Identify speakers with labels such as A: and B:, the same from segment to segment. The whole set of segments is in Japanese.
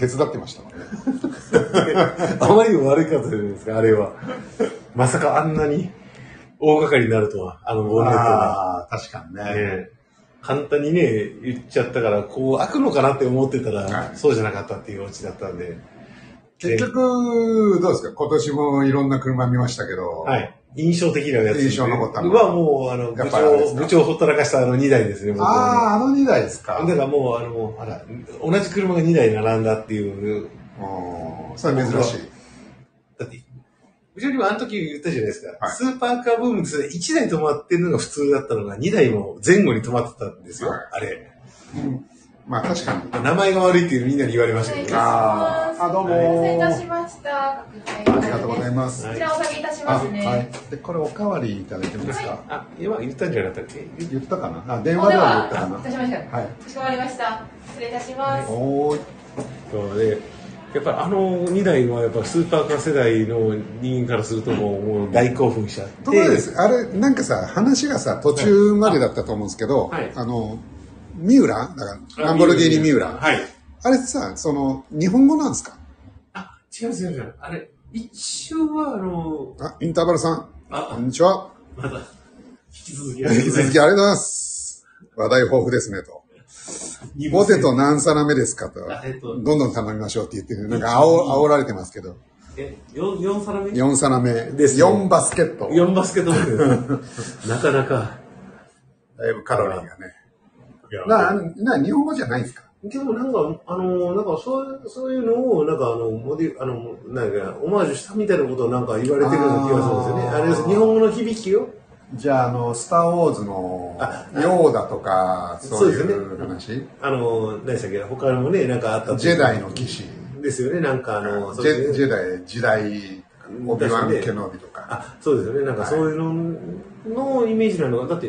A: 手伝ってましたもんね。
B: あまりにも悪い方じゃないですか、あれは。まさかあんなに大掛かりになるとは、あのボンネットが。
C: ああ、確かにね。
B: ねえ簡単にね、言っちゃったから、こう開くのかなって思ってたら、
C: はい
B: そうじゃなかったっていうオチだったんで。
A: 結局、どうですか今年もいろんな車見ましたけど、
B: はい。印象的なやつ。
A: 印象残ったの
B: はもう、あの、
A: や
B: 部
A: っぱりあれです
B: 長、
A: か
B: 部長ほったらかしたあの2台ですね、僕は
A: ああ、あの2台ですか。
B: だからもう、あの、あら、同じ車が2台並んだっていう、
A: おーそれ珍しい。
B: だって、部長にもあの時言ったじゃないですか、
A: はい
B: スーパーカーブームですね、1台止まってるのが普通だったのが、2台も前後に止まってたんですよ、
A: はい
B: あれ。
A: まあ確かに。
B: 名前が悪いっていうみんなに言われましたけど、
A: あ
B: あ
A: ーあどうも
D: お待たせいたしました。あ
A: ありがとうござい
D: す。
A: ます。
D: こちらお下げいたしますね。
A: あはい。で、これおかわりいただいてもいいですか
B: 今言ったんじゃなかったっけ
A: 言ったかなあ、電
D: お
A: 話
D: 電
A: で
D: 話
A: は言った
D: い
A: か
D: たしました。
A: なはい。
D: かしこまりました。失礼いたします。
A: おーい。
B: そうで、やっぱりあの2台は、やっぱスーパーカー世代の人間からするともう、もう大興奮しちゃって。
A: ところでです、あれ、なんかさ、話がさ、途中までだったと思うんですけど、
B: はい
A: あの、ミューラだから、ランボルギーニミューラ
B: はい。
A: あれさ、その、日本語なんですか
B: あ、違う違う違う。あれ、一応は、あの、
A: あ、インターバルさん、こ
B: あ、
A: んにちは。
B: まだ、引き続き、
A: 引き続きありがとうございます。話題豊富ですね、と。
B: き
A: ポテト何皿目ですかと
B: あえっ。と
A: どんどん頼みましょうって言ってる。なんか煽、煽られてますけど。
B: え、4, 四皿目
A: 4皿目。
B: ですね
A: 4バスケット。
B: ?4 バスケット ボール。なかなか。
A: だいぶカロリーがね。
B: いや
A: な、な、日本語じゃないんですか
B: でもなんか、あの、なんかそういう、そういうのを、なんかあの、モディ、あの、なんか、オマージュしたみたいなことをなんか言われてるような気がするんですよね。
A: あ
B: あ
A: ー
B: れです、日本語の響きを。
A: じゃあ、あの、スター・ウォーズの、ヨーダとか、そういう話
B: あの、何でしたっけ、他のもね、なんかあったって
A: ジ
B: いう
A: ェダイの騎士。
B: ですよね、なんかあの、
A: ジ
B: そういう
A: ェジェダイ、時代、オビワン・ケノビとか。
B: あそうですよね、なんか
A: はい
B: そういうののイメージなのが、だって、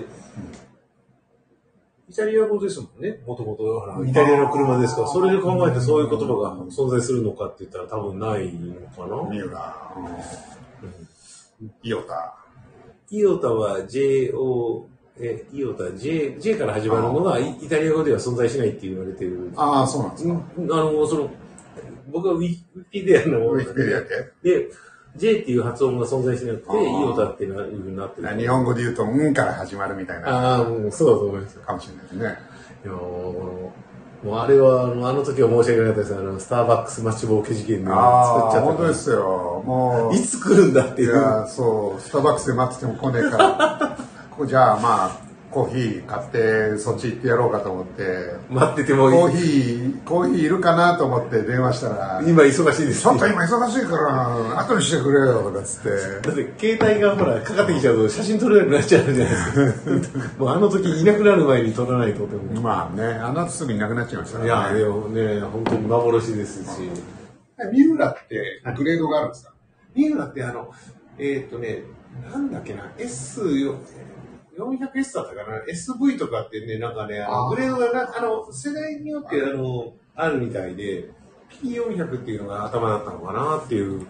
B: イタリア語ですもんね、もともと。あのイタリアの車ですから、それで考えてそういう言葉が存在するのかって言ったら多分ないのかな。
A: ミューラうんイオタ。
B: イオタは JO、え、イオタ J、J から始まるのがイイタリア語では存在しないって言われてる。
A: あ
B: あ
A: あ、そうなんですか。
B: の、その、僕はウィウィキペディアの
A: ウィキペディアって
B: で、J っていう発音が存在しなく
A: あ
B: て、イ
A: ー
B: オタっていうふうになってる。
A: 日本語で言うと、うんから始まるみたいな、
B: ああ、もうそうだと思います。
A: かもしれないですね。
B: いやーもうあれはあのあの時は申し訳なかったですあのスターバックスマッチボーケ事件で作っち
A: あ
B: ゃ
A: あ、
B: った
A: 本当で
B: か
A: すよ。も
B: ら
A: う、
B: いつ来るんだって
A: い
B: いう
A: や、そう、スターバックスで待ってても来ねえ から、ここじゃあまあ、コーヒー買って、そっち行ってやろうかと思って、
B: 待ってても
A: コー
B: いい
A: ヒー、コーヒーいるかなと思って電話したら、
B: 今忙しいです
A: ちょっと今忙しいから、後にしてくれよとかっつって、
B: だって携帯がほらかかってきちゃうと写真撮れなくなっちゃうじゃないですかもうあの時いなくなる前に撮らないとっても
A: まあね、あの後すぐいなくなっちゃいました
B: いや
A: からね
B: で。もね本当に幻ですし
A: 三浦ってグレードがあるんですか
B: 三浦ってあのえーっとねなんだっけな S400S だったかな SV とかってねなんかねあの
A: あー
B: グレードがなあの世代によってあのあるみたいで P400 っていうのが頭だったのかなっていう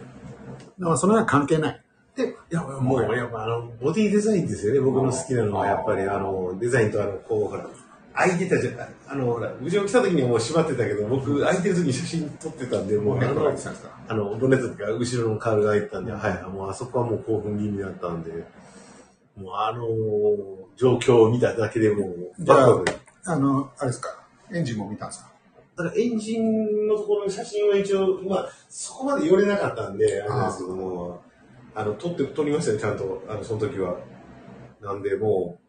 A: だからそれは関係ない。
B: でいやもうやっぱあのボディデザインですよね僕の好きなのはやっぱりあのデザインとあのこうほら開いてたじゃんあのほら部長来た時にはもう閉まってたけど僕開いてる時に写真撮ってたんで
A: も
B: もう
A: う
B: あ
A: ね、こ
B: の
A: れ来たんですか
B: あの、ボンネットとか後ろのカールが入ったんで、はい、もうあそこはもう興奮気味だったんで、もうあのー状況を見ただけでもう、
A: じゃ
B: バ
A: あ
B: カで。
A: あの、あれですかエンジンも見たんですか
B: だからエンジンのところの写真は一応、まあ、そこまで寄れなかったんで、あれなんですけども、あの、撮って、撮りましたね、ちゃんと、あの、その時は。なんで、もう、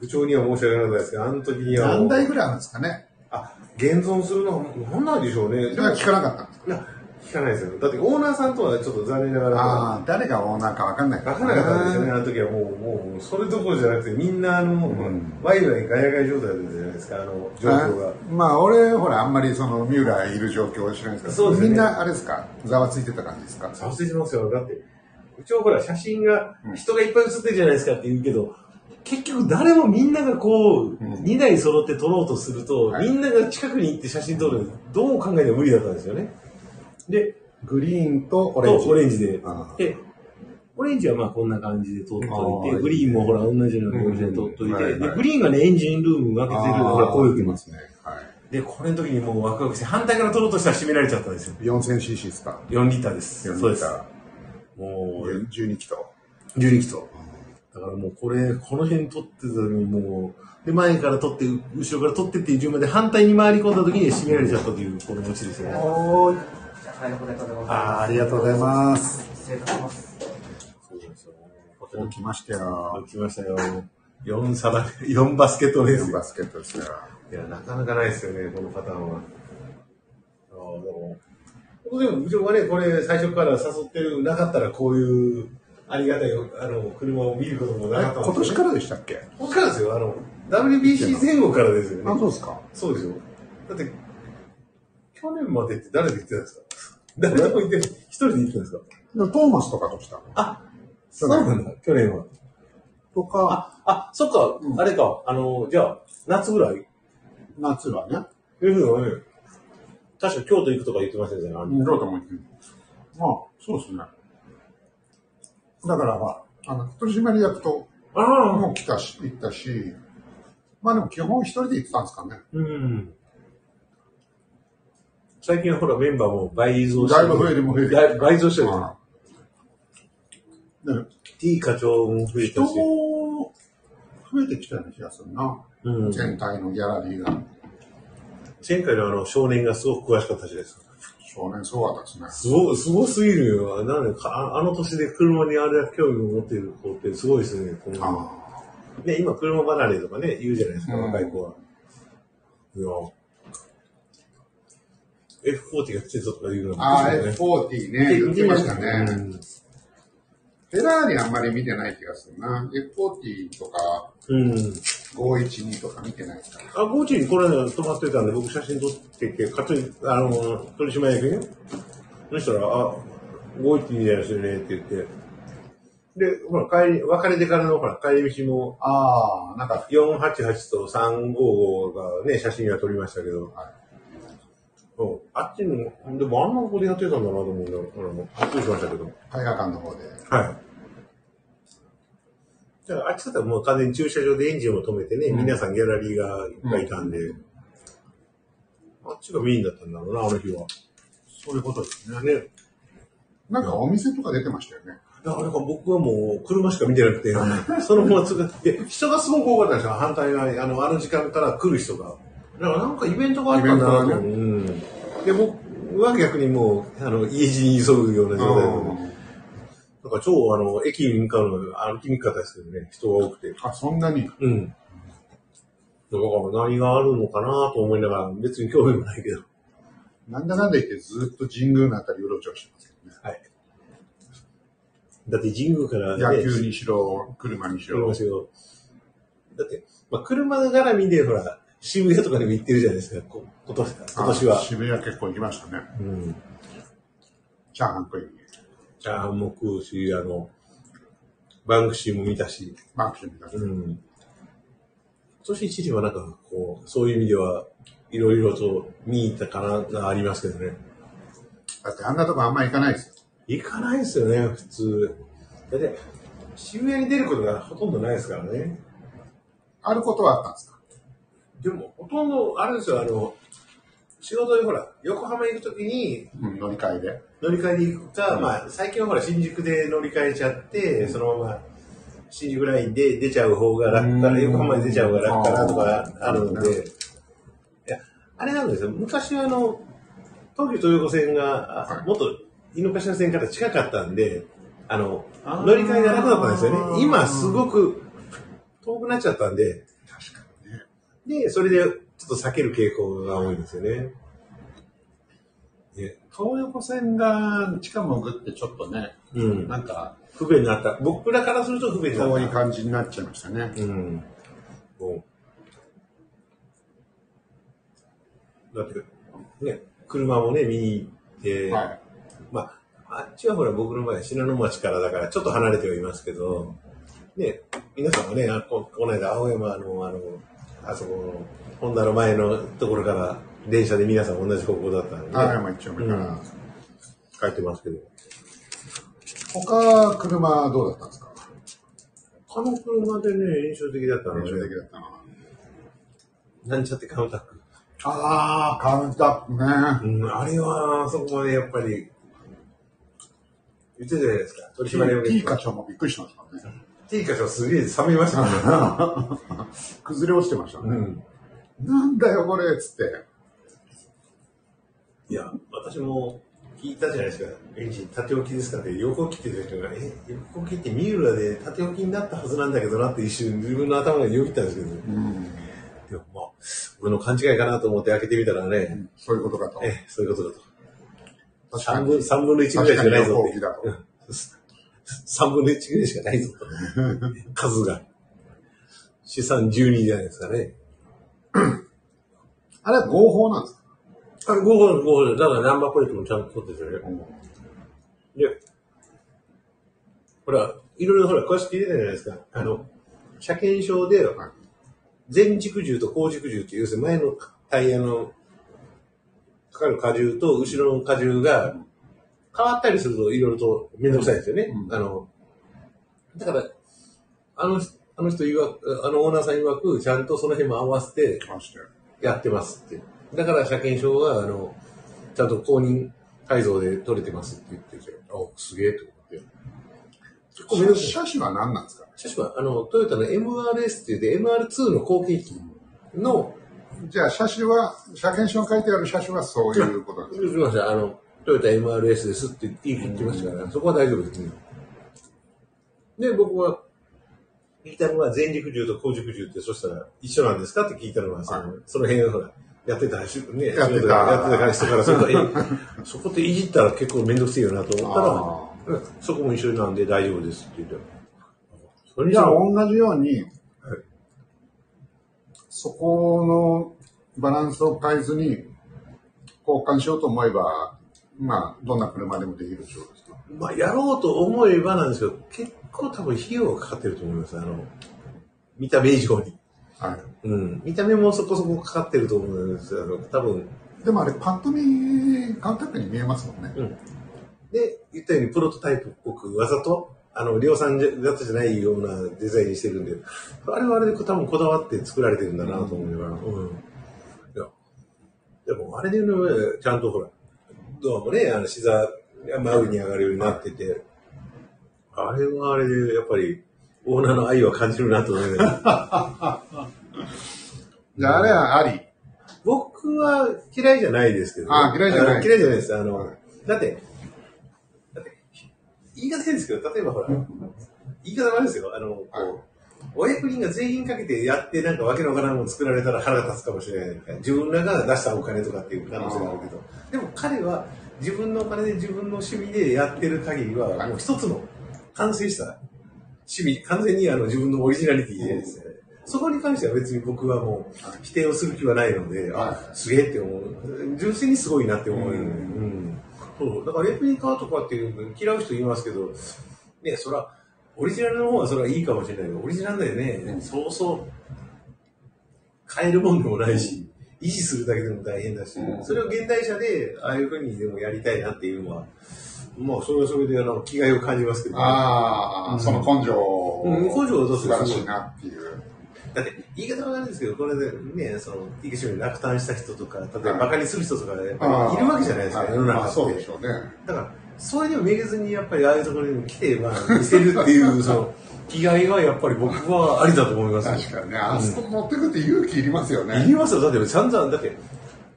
B: 部長には申し訳なかったですけど、あの時にはもう、
A: 何台ぐらいあるんですかね
B: あ、現存するのは、なんなんでしょうね。
A: そ
B: だ
A: れ
B: か
A: は聞かな
B: ら
A: かったんですか
B: いや、聞かないですよ。だって、オーナーさんとはちょっと残念ながら、
A: ああ、誰がオーナーか分かんない
B: 分からなかったですよね、
A: ね。
B: あの時はもう、もう、それどころじゃなくて、みんな、あの、
A: ん
B: ワイワイガヤガヤ状態だったじゃないですか、あの、状況が。
A: あまあ俺ほらあんまりその三浦いる状況を知らないんですけ
B: そ
A: ど
B: うですね
A: みんなあれですかざわついてた感じですか
B: させてますよ、だって。うちはほら、写真が、人がいっぱい写ってるじゃないですかって言うけど、結局誰もみんながこう、
A: ん
B: 2台揃って撮ろうとすると、
A: はい
B: みんなが近くに行って写真撮る、どう考えても無理だったんですよね。で、
A: グリーンとオ
B: オ
A: レ
B: レ
A: ン
B: ン
A: ジ
B: ジオレンジで
A: あ。
B: で、オレンジはまあこんな感じで撮っとい
A: あー
B: て、グリーンもほら同じような感じで撮っとい
A: うんはい
B: て、
A: はい
B: で、グリーンがね、エンジンルームが開けてる、ほら、こういうふうに
A: ますねはい
B: で、これの時にもうワクワクして、反対から取ろうとしたら締められちゃったんですよ。
A: 4000cc ですか
B: 4リッターです。
A: 4
B: そう
A: リ
B: で
A: ッ
B: す。
A: タ
B: もう、
A: ー12気筒
B: 12気筒。だからもうこれ、この辺取ってたのにもう、で、前から取って、後ろから取ってっていう順番で反対に回り込んだ時に締められちゃったという、このオチですよね。
A: おーい
C: じゃあ、はい、これとでござい
A: あー
C: ま
A: ありがとうございます
C: す。失礼いたします。
B: そうですよ。
A: お来ましたよ
B: 来ましたよ。4サダ、4バスケットレース。
A: バスケットですから
B: いや、なかなかないですよね、このパターンは。ああ、でも、でも、部長がね、これ、最初から誘ってる、なかったら、こういう、ありがたい、あの、車を見ることもなかった
A: 今年
B: ら
A: からでしたっけ
B: 今年からですよ、あの、WBC 前後からですよ
A: あ
B: ね。
A: そうですか
B: そうですよ。だって、去年までって誰で行ってたんですか誰でも行ってない、一人で行ってたんですか
A: でもトーマスとかとしたの
B: あ、そうなんだ、去年は。
A: とか
B: あ、あ、そっか、
A: うん
B: あれか、あの、じゃあ、夏ぐらい
A: 夏はね
B: いうふうに、確か京都行くとか言ってましたよね、あの
A: ロータも行くまあそうですねだからまああの取締役と
B: ああ、
A: も来たし行ったしまあでも基本一人で行ってたんですかね
B: うん。最近はほらメンバーも倍増して
A: だいぶ増えるも増える
B: だい倍増してる。
A: うんね
B: T 課長も増え
A: 人
B: たし。
A: も増えてきたような気がするな、
B: うん。
A: 全体のギャラリーが
B: 前回のあの少年がすごく詳しかったじゃないですか。
A: 少年そうだったですね
B: すご、すごすぎるよ。なんでか、ああの年で車にあれだけ興味を持っている子ってすごいですね。この
A: あ
B: ね、今車離れとかね、言うじゃないですか、
A: うん
B: 若い子は。いや F40 が来てたとか言うのも
A: ああ
B: ね
A: F40 ね言ってましたね、
B: うん
A: フェラーリあんまり見てない気がするな F40 とか
B: うん。
A: 512とか見てないですから
B: あ、ゴーチにこれ泊まってたんで、僕写真撮ってて、かつい、あの、取締役にね。そしたら、あ、ゴーチにじゃないですよねって言って。で、ほら、帰り、別れてからのほら、帰り道も、
A: ああなんか
B: 488と355がね、写真は撮りましたけど、
A: はい
B: うん、あっちにも、でもあんなこでやってたんだなと思うんだよ。ほらもう、びっくりしましたけど。
A: 映画館の方で
B: はい。だからあっちだったらもう完全に駐車場でエンジンを止めてね、
A: うん
B: 皆さんギャラリーがいっぱいいたんで、あっちがメインだったんだろうな、あの日は。そういうことですね。ね。
A: なんかお店とか出てましたよね
B: だから僕はもう車しか見てなくて、そのまま作 って、で人がすごく多かったんですよ、反対側に。あの、あの時間から来る人が。だからなんかイベントがあったんだなと思う。うん。で、僕は逆にもう、あの、家路に急ぐような状態で。
A: うん
B: なんか超あの、駅に向かうの歩きにくかったですけどね、人が多くて。
A: あそんなに
B: うん。だから何があるのかなと思いながら、別に興味もないけど。
A: なんだなんだ言ってずっと神宮のあたりうろちょろしてますけどね
B: だって神宮から、ね、
A: 野球にしろ車にし
B: 車
A: ろ
B: ですけどだって、まあ、車絡みでほら、渋谷とかでも行ってるじゃないですか、こ今年今年
A: あ
B: は。
A: 渋谷結構行きましたね
B: うん。
A: チャーハン食いに
B: チャーハンも食うし、あの、バンクシーも見たし。
A: マークシュみたいな
B: うん。今年一時はなんか、こう、そういう意味では、いろいろと見に行ったかな、がありますけどね。
A: だってあんなとこあんま行かないですよ
B: 行かないですよね、普通。だって、渋谷に出ることがほとんどないですからね。
A: あることはあったんですか
B: でも、ほとんど、あれですよ、あの、仕事でほら、横浜行くときに
A: うん、乗り換えで。
B: 乗り換えに行くか、まあ、最近はほら、新宿で乗り換えちゃって、そのまま、新宿ラインで出ちゃう方が楽か
A: う
B: な、
A: ん
B: 横浜で出ちゃう方が楽かなとか
A: あー
B: あるの
A: なるほ
B: で、いや、あれなんですよ、昔はあの、東京豊子線が、あ
A: はい
B: もっと井の頭線から近かったんで、あの、
A: あー
B: 乗り換えが楽だったんですよね。今、す
A: く。
B: ごく遠くなっちゃったんで、
A: 確かにね。
B: で、それでちょっと避ける傾向が多いんですよね。ね
A: 東横線が、地下潜ってちょっとね、
B: うん。
A: なんか、
B: 不便になった。僕らからすると不便になった。
A: 遠い感じになっちゃいましたね。
B: うん。もうだって、ね、車もね、見に行って、
A: はい。
B: まあ、あっちはほら僕の場合、信濃町からだからちょっと離れてはいますけど、ね、皆さんもね、あここの間、青山の、あの、あそこの、ホンダの前のところから、電車で皆さん同じ方向だったんで、
A: 青山一丁目か
B: うん
A: ら。
B: 帰ってますけど。
A: 他、車どうだったんですか
B: 他の車でね、印象的だったのは
A: 印象
B: ね
A: 的、だったのは。
B: なんちゃってカウンタック。
A: ああ、カウントアップね。
B: うん、あれは、そこまでやっぱり、言ってたじゃないですか。取締役
A: T 課長もびっくりしましたからね。
B: T 課長すげえ冷めましたからね。
A: 崩れ落ちてましたね。
B: うん。
A: なんだよ、これっつって。
B: いや、私も聞いたじゃないですか。エンジン縦置きですかって、横切ってた人が、え、横切ってミューラで縦置きになったはずなんだけどなって一瞬自分の頭がよぎったんですけど、
A: うん。
B: でもまあ、俺の勘違いかなと思って開けてみたらね、
A: そういうことかと。
B: え、そういうことだと。
A: 確か
B: 3
A: に
B: 分、。三分の1ぐらいしかな
A: 確か
B: いぞって。
A: に横置きだ
B: 3分の1ぐらいしかないぞと。数が。資産12じゃないですかね。
A: あれは合法なんですか、
B: あれ、5本、5本。だからナンバープレートもちゃんと取ってるよね。で、ほら、いろいろほら、詳しく入れたじゃないですか。あの、車検証で、前軸重と後軸重っていう、要するに前のタイヤのかかる荷重と後ろの荷重が変わったりするといろいろとめんどくさいですよね。
A: うん
B: あの、だから、あの、あの人曰く、あのオーナーさん曰く、ちゃんとその辺も合わせて
A: まして。
B: やってますって。だから車検証は、あの、ちゃんと公認改造で取れてますって言ってて、あ、すげえと思って。結構めんどくさい
A: 車種は何なんですか
B: しかしは、あの、トヨタの MRS っていうで、MR2 の後継機の、
A: じゃあ、車種は、車検証に書いてある車種はそういうことなんです
B: すみません、あの、トヨタ MRS ですって言って言ってましたから、そこは大丈夫ですね。で、僕は、聞いたのは、前軸重と後軸重って、そしたら、一緒なんですかって聞いたのは、その,、
A: は
B: その辺、ほら、やってた、ね、やって
A: やってた
B: やってた人からすると、え、そこってい じったら結構めんどくせえよなと思ったら、うんそこも一緒なんで大丈夫ですって言って。それ
A: じゃあ、同じように、そこのバランスを変えずに、交換しようと思えば、まあ、どんな車でもできるってことですか
B: まあ、やろうと思えばなんですけど、結構多分費用がかかってると思います。あの、見た目以上に。
A: はい。
B: うん。見た目もそこそこかかってると思うんですよ。あの多分。
A: でもあれ、パッと見、簡単に見えますもんね。
B: で、言ったようにプロトタイプっぽくわざと、あの、量産型じゃないようなデザインにしてるんで、あれはあれで多分こだわって作られてるんだなと思うから、うん。いや、でもあれでね、ちゃんとほら、ドアもね、あの、膝が真上に上がるようになってて、あれはあれで、やっぱり、オーナーの愛は感じるなと思います。
A: じゃあ、あれはあり。
B: 僕は嫌いじゃないですけど、
A: あ嫌いじゃない
B: あの嫌いじゃないです。あの、だって、だって、言い方変ですけど、例えばほら、言い方悪いですよ。あの、こ、
A: はいう
B: お役人が全員かけてやって、なんかわけのわからんもの作られたら腹が立つかもしれない。自分らが出したお金とかっていう可能性があるけど、でも彼は自分のお金で自分の趣味でやってる限りは、もう一つの完成した趣味、完全にあの自分のオリジナリティでですね、そこに関しては別に僕はもう否定をする気はないので、
A: は
B: あ、すげえって思う。純粋にすごいなって思うよね。
A: うん
B: うんそうだからレプリカとかっていうの嫌う人いますけど、ね、そら、オリジナルの方はそれはいいかもしれないけど、オリジナルだよね、そうそう、変えるもんでもないし、維持するだけでも大変だし、
A: うん
B: それを現代車で、ああいうふうにでもやりたいなっていうのは、まあ、それはそれで、あの、気概を感じますけど、
A: ああ、その根性を
B: うん根性をどうす
A: 素晴
B: る
A: らしいなっていう。
B: だって、言い方はあれですけど、これでね、その、ティケシに落胆した人とか、例えばバカにする人とか、やっぱりいるわけじゃないですか、世の
A: ま
B: 中
A: あ
B: って。
A: そうでしょうね。
B: だから、それでもめげずに、やっぱりああいうところにも来て、まあ、見せるっ ていう、その、気概はやっぱり僕はありだと思いますよ。
A: 確かにね、あそこ持ってくって勇気いりますよね。
B: 言いますよ、だって散々、だって、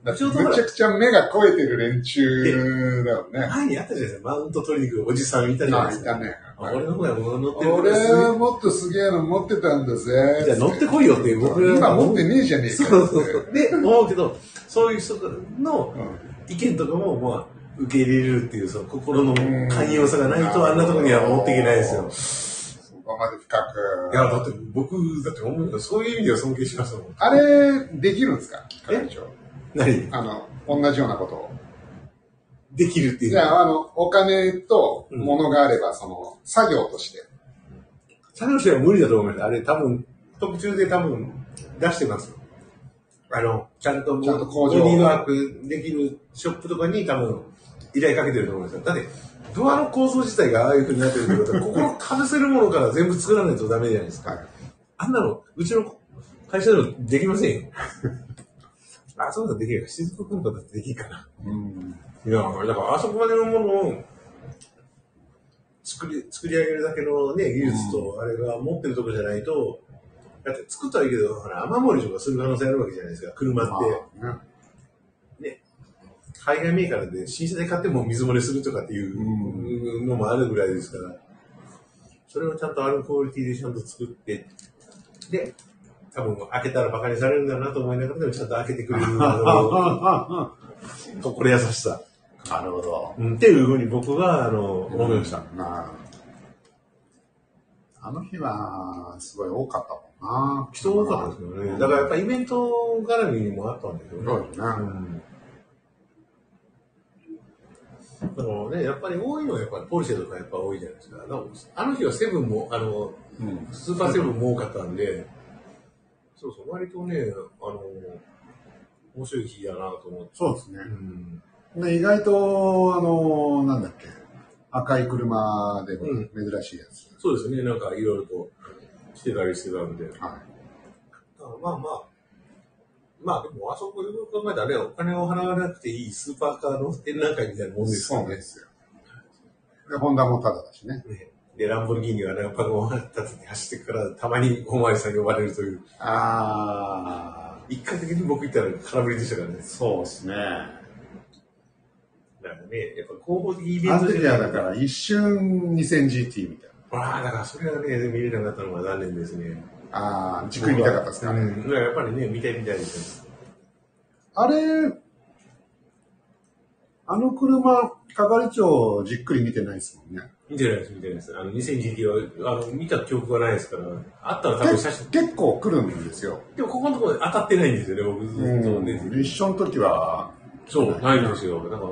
A: だって
B: ちょうどほら
A: めちゃくちゃ目が肥えてる連中だよね。
B: 前にあったじゃないですか、マウント取りに来るおじさんみたいな
A: あ
B: や
A: い
B: つ
A: たね。
B: 俺の方が乗ってる
A: 俺、もっとすげえの持ってたんだぜ。
B: じゃあ乗ってこいよっていう、僕ら
A: 今持ってねえじゃねえか
B: そう
A: っつ
B: そ
A: っ
B: う
A: て
B: そう。で、思うけど、そういう人の意見とかも、まあ、受け入れるっていう、その心の寛容さがないと、あんなとこには持っていけないですよ。
A: そこまで深
B: いや、
A: く。
B: だって僕、だって思うよ。そういう意味では尊敬しますもん。
A: あれ、できるんですか
B: え
A: 係長。
B: 何
A: あの、同じようなことを。
B: できるっていう
A: じ
B: のは。
A: ゃあ、あの、お金と物があれば、その、作業として。
B: 作業者は無理だと思います。あれ、多分、特注で多分、出してますよ。あの、ちゃんと、
A: ちゃんと工場
B: ボディーワークできるショップとかに多分、依頼かけてると思いますよ。だって、ドアの構造自体がああいう風になってるってことは、ここのかぶせるものから全部作らないとダメじゃないですか。
A: はい
B: あんなの、うちの会社でもできませんよ。あそうだできるか、雫くんとかだってできるかな。
A: うん。
B: いや、だからあそこまでのものを作り、作り上げるだけのね、技術と、あれが持ってるとこじゃないと、だって作ったらいいけど、ほら、雨漏りとかする可能性あるわけじゃないですか、車
A: ま
B: って。
A: あね。
B: 海外メーカーで新車で買っても水漏れするとかっていうのもあるぐらいですから、それをちゃんとあるクオリティでちゃんと作って、で、多分開けたら馬鹿にされるんだろうなと思いながらでもちゃんと開けてくれるあの 心優しさ、
A: なるほど。
B: うん、っていうふうに僕はあの思いました。
A: まあ、あの日は、すごい多かったもんな。
B: 人多かったですよね。だからやっぱイベント絡みにもあったんだけどね。
A: そうですね。
B: うんだからね、やっぱり多いのはやっぱりポルシェとかやっぱ多いじゃないですか。だからあの日はセブンも、あの、
A: うん。
B: スーパーセブンも多かったんで、そうそう、割とね、あの、面白い日やなと思って。
A: そうですね
B: う。ん。
A: で意外と、あの、なんだっけ、赤い車でも珍しいやつ。
B: そうですね、なんかいろいろと来てたりしてたんで。だか
A: は
B: らまあまあ、まあでもあそこよく考えたらね、お金を払わなくていいスーパーカーの展覧会みたいなもん
A: い。
B: です
A: そ
B: よ
A: う
B: ね
A: で。すよ。で、ホンダもタダだしね。
B: ねで、ランボルギーニがなんかパグを立てて走ってから、たまにお巡りさんに呼ばれるという、
A: あ
B: 一回的に僕行ったら空振りでしたからね
A: あ、。そうですね。
B: だからね、やっぱ広報的イベ
A: ア
B: ン
A: ン
B: ト
A: テリア
B: な
A: だ
B: い
A: から一瞬 2000GT みたい
B: ああ、だからそれがね、見れなかったのが残念ですね。
A: な。ああ、じっくり見たかったですかね。
B: うんだからやっぱりね、見たいみたいです。
A: あれ、あの車、係長じっくり見てないですもんね。
B: 見てないです、見てないです。あの、2019は、あの、見た記憶がないですから、あったら多分写
A: 結
B: 真、
A: 結構来るんですよ。
B: でもここのところで当たってないんですよね、僕ずっと
A: うん
B: ね。
A: 一緒の時は、
B: そう、ないんですよ。だか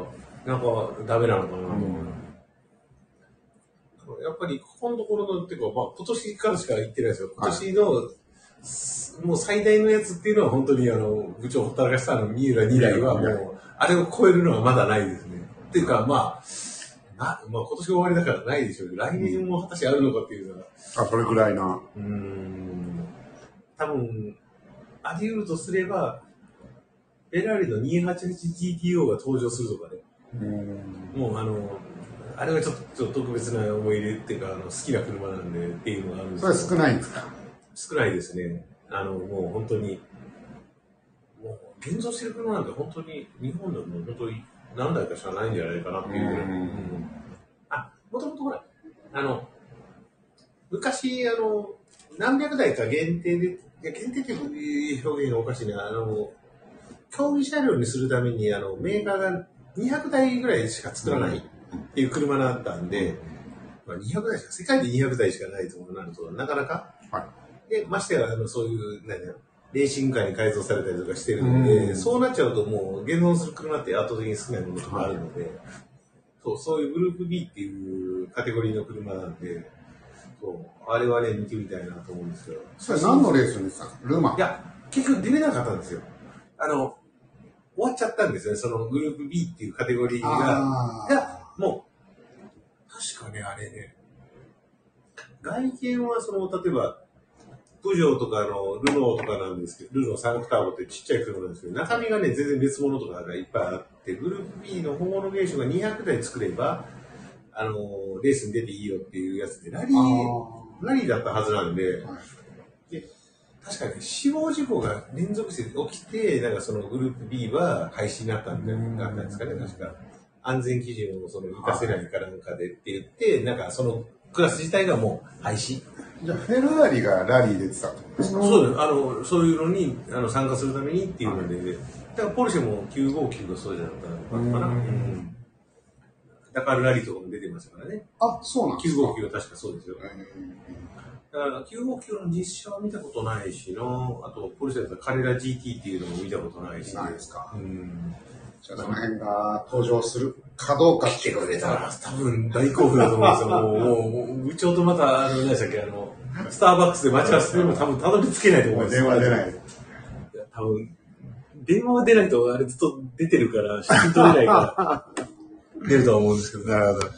B: ら、なんか、ダメなのかなと思う。やっぱり、ここのところの、っていうか、まあ、今年からしか行ってないですよ。今年の、すもう最大のやつっていうのは、本当に、あの、部長ほったらかしたあの、三浦二台は、も、
A: はいう
B: あれを超えるのはまだないですね。っていうか、まあ、なまあ、今年が終わりだからないでしょうけど、来年も果たしてあるのかっていうのは、
A: あ、それぐらいな。
B: うーん多分、あり得るとすれば、フェラーリの 288GTO が登場するとかね、
A: うん。
B: もうあの、あれはちょっとちょっと特別な思い入れっていうか、あの好きな車なんでっていうのがあるんで
A: それ
B: す
A: 少ないんですか
B: 少ないですね。あの、もう本当に、もう現像してる車なんて本当に日本でも本当に何台かしかないんじゃないかなっていうぐらい。
A: うん
B: うんあ、もともとほら、あの、昔、あの、何百台か限定で、いや限定っていう表現がおかしいな、あの、競技車両にするために、あの、メーカーが200台ぐらいしか作らないっていう車だったんで、まあ、200台しか、世界で200台しかないところになると、なかなか、
A: は
B: で、ましてや、あの、そういう、なんだよレーシングカーに改造されたりとかしてるので、
A: うん
B: そうなっちゃうともう、現存する車って圧倒的に少ないものとかあるので、そう、そういうグループ B っていうカテゴリーの車なんで、そう、あれはね、見てみたいなと思うんですけど。
A: それ何のレースにしたのルマン
B: い。や、結局出れなかったんですよ。あの、終わっちゃったんですよね、そのグループ B っていうカテゴリー
A: あ
B: が。いや、もう、確かね、あれね、外見はその、例えば、プジョーとかあの、ルノーとかなんですけど、ルノーサンクターボってちっちゃい車なんですけど、中身がね、全然別物とかがいっぱいあって、グループ B のホモロゲーションが200台作れば、あの、レースに出ていいよっていうやつで、ラリ
A: あ
B: ー、
A: ー
B: ラリーだったはずなんで、
A: はい
B: 確かに死亡事故が連続して起きて、なんかそのグループ B は廃止になったんじゃなかったんですかね、確か。安全基準をその生かせないかなんかでって言って、なんかそのクラス自体がもう廃止。
A: じゃあ、フェラーリがラリー出てたってことですか
B: そうですあの、そういうのにあの参加するためにっていうので、だからポルシェも959がそうじゃなかったのかな。
A: うん
B: うんダカールラリーとかも出てましたからね。
A: あ、そうなんですか。
B: 959は確かそうですよ。だから959の実写は見たことないしの、あとポルシェだったらカレラ GT っていうのも見たことないし。
A: ないですか。
B: うん。
A: じゃあ、その辺が登場するかどうかっていうことで
B: だから多分大興奮だと思うんですよ。もう、もうもう、部長とまた、あの、何でしたっけ、あの、スターバックスで待ち合わせても多分たどり着けないと思うんです
A: 電話出ない。
B: いや多分、電話は出ないと、あれずっと出てるから、写真撮れないから、出るとは思うんですけど、なるほど。いや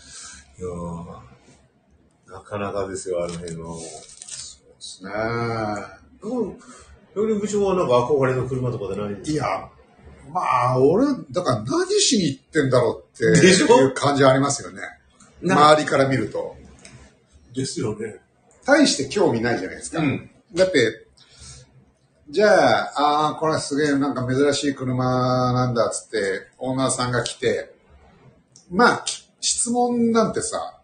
B: ーなかなかですよ、あの辺は。
A: ですね。
B: うん。より部長はなんか憧れの車とかでないんです
A: いや、まあ、俺、だから何しに行ってんだろうって
B: でしょ
A: いう感じはありますよね。
B: な
A: 周りから見ると。
B: ですよね。
A: 大して興味ないじゃないですか。
B: うん
A: だって、じゃあ、ああー、これすげえなんか珍しい車なんだっつって、オーナーさんが来て、まあ、き質問なんてさ、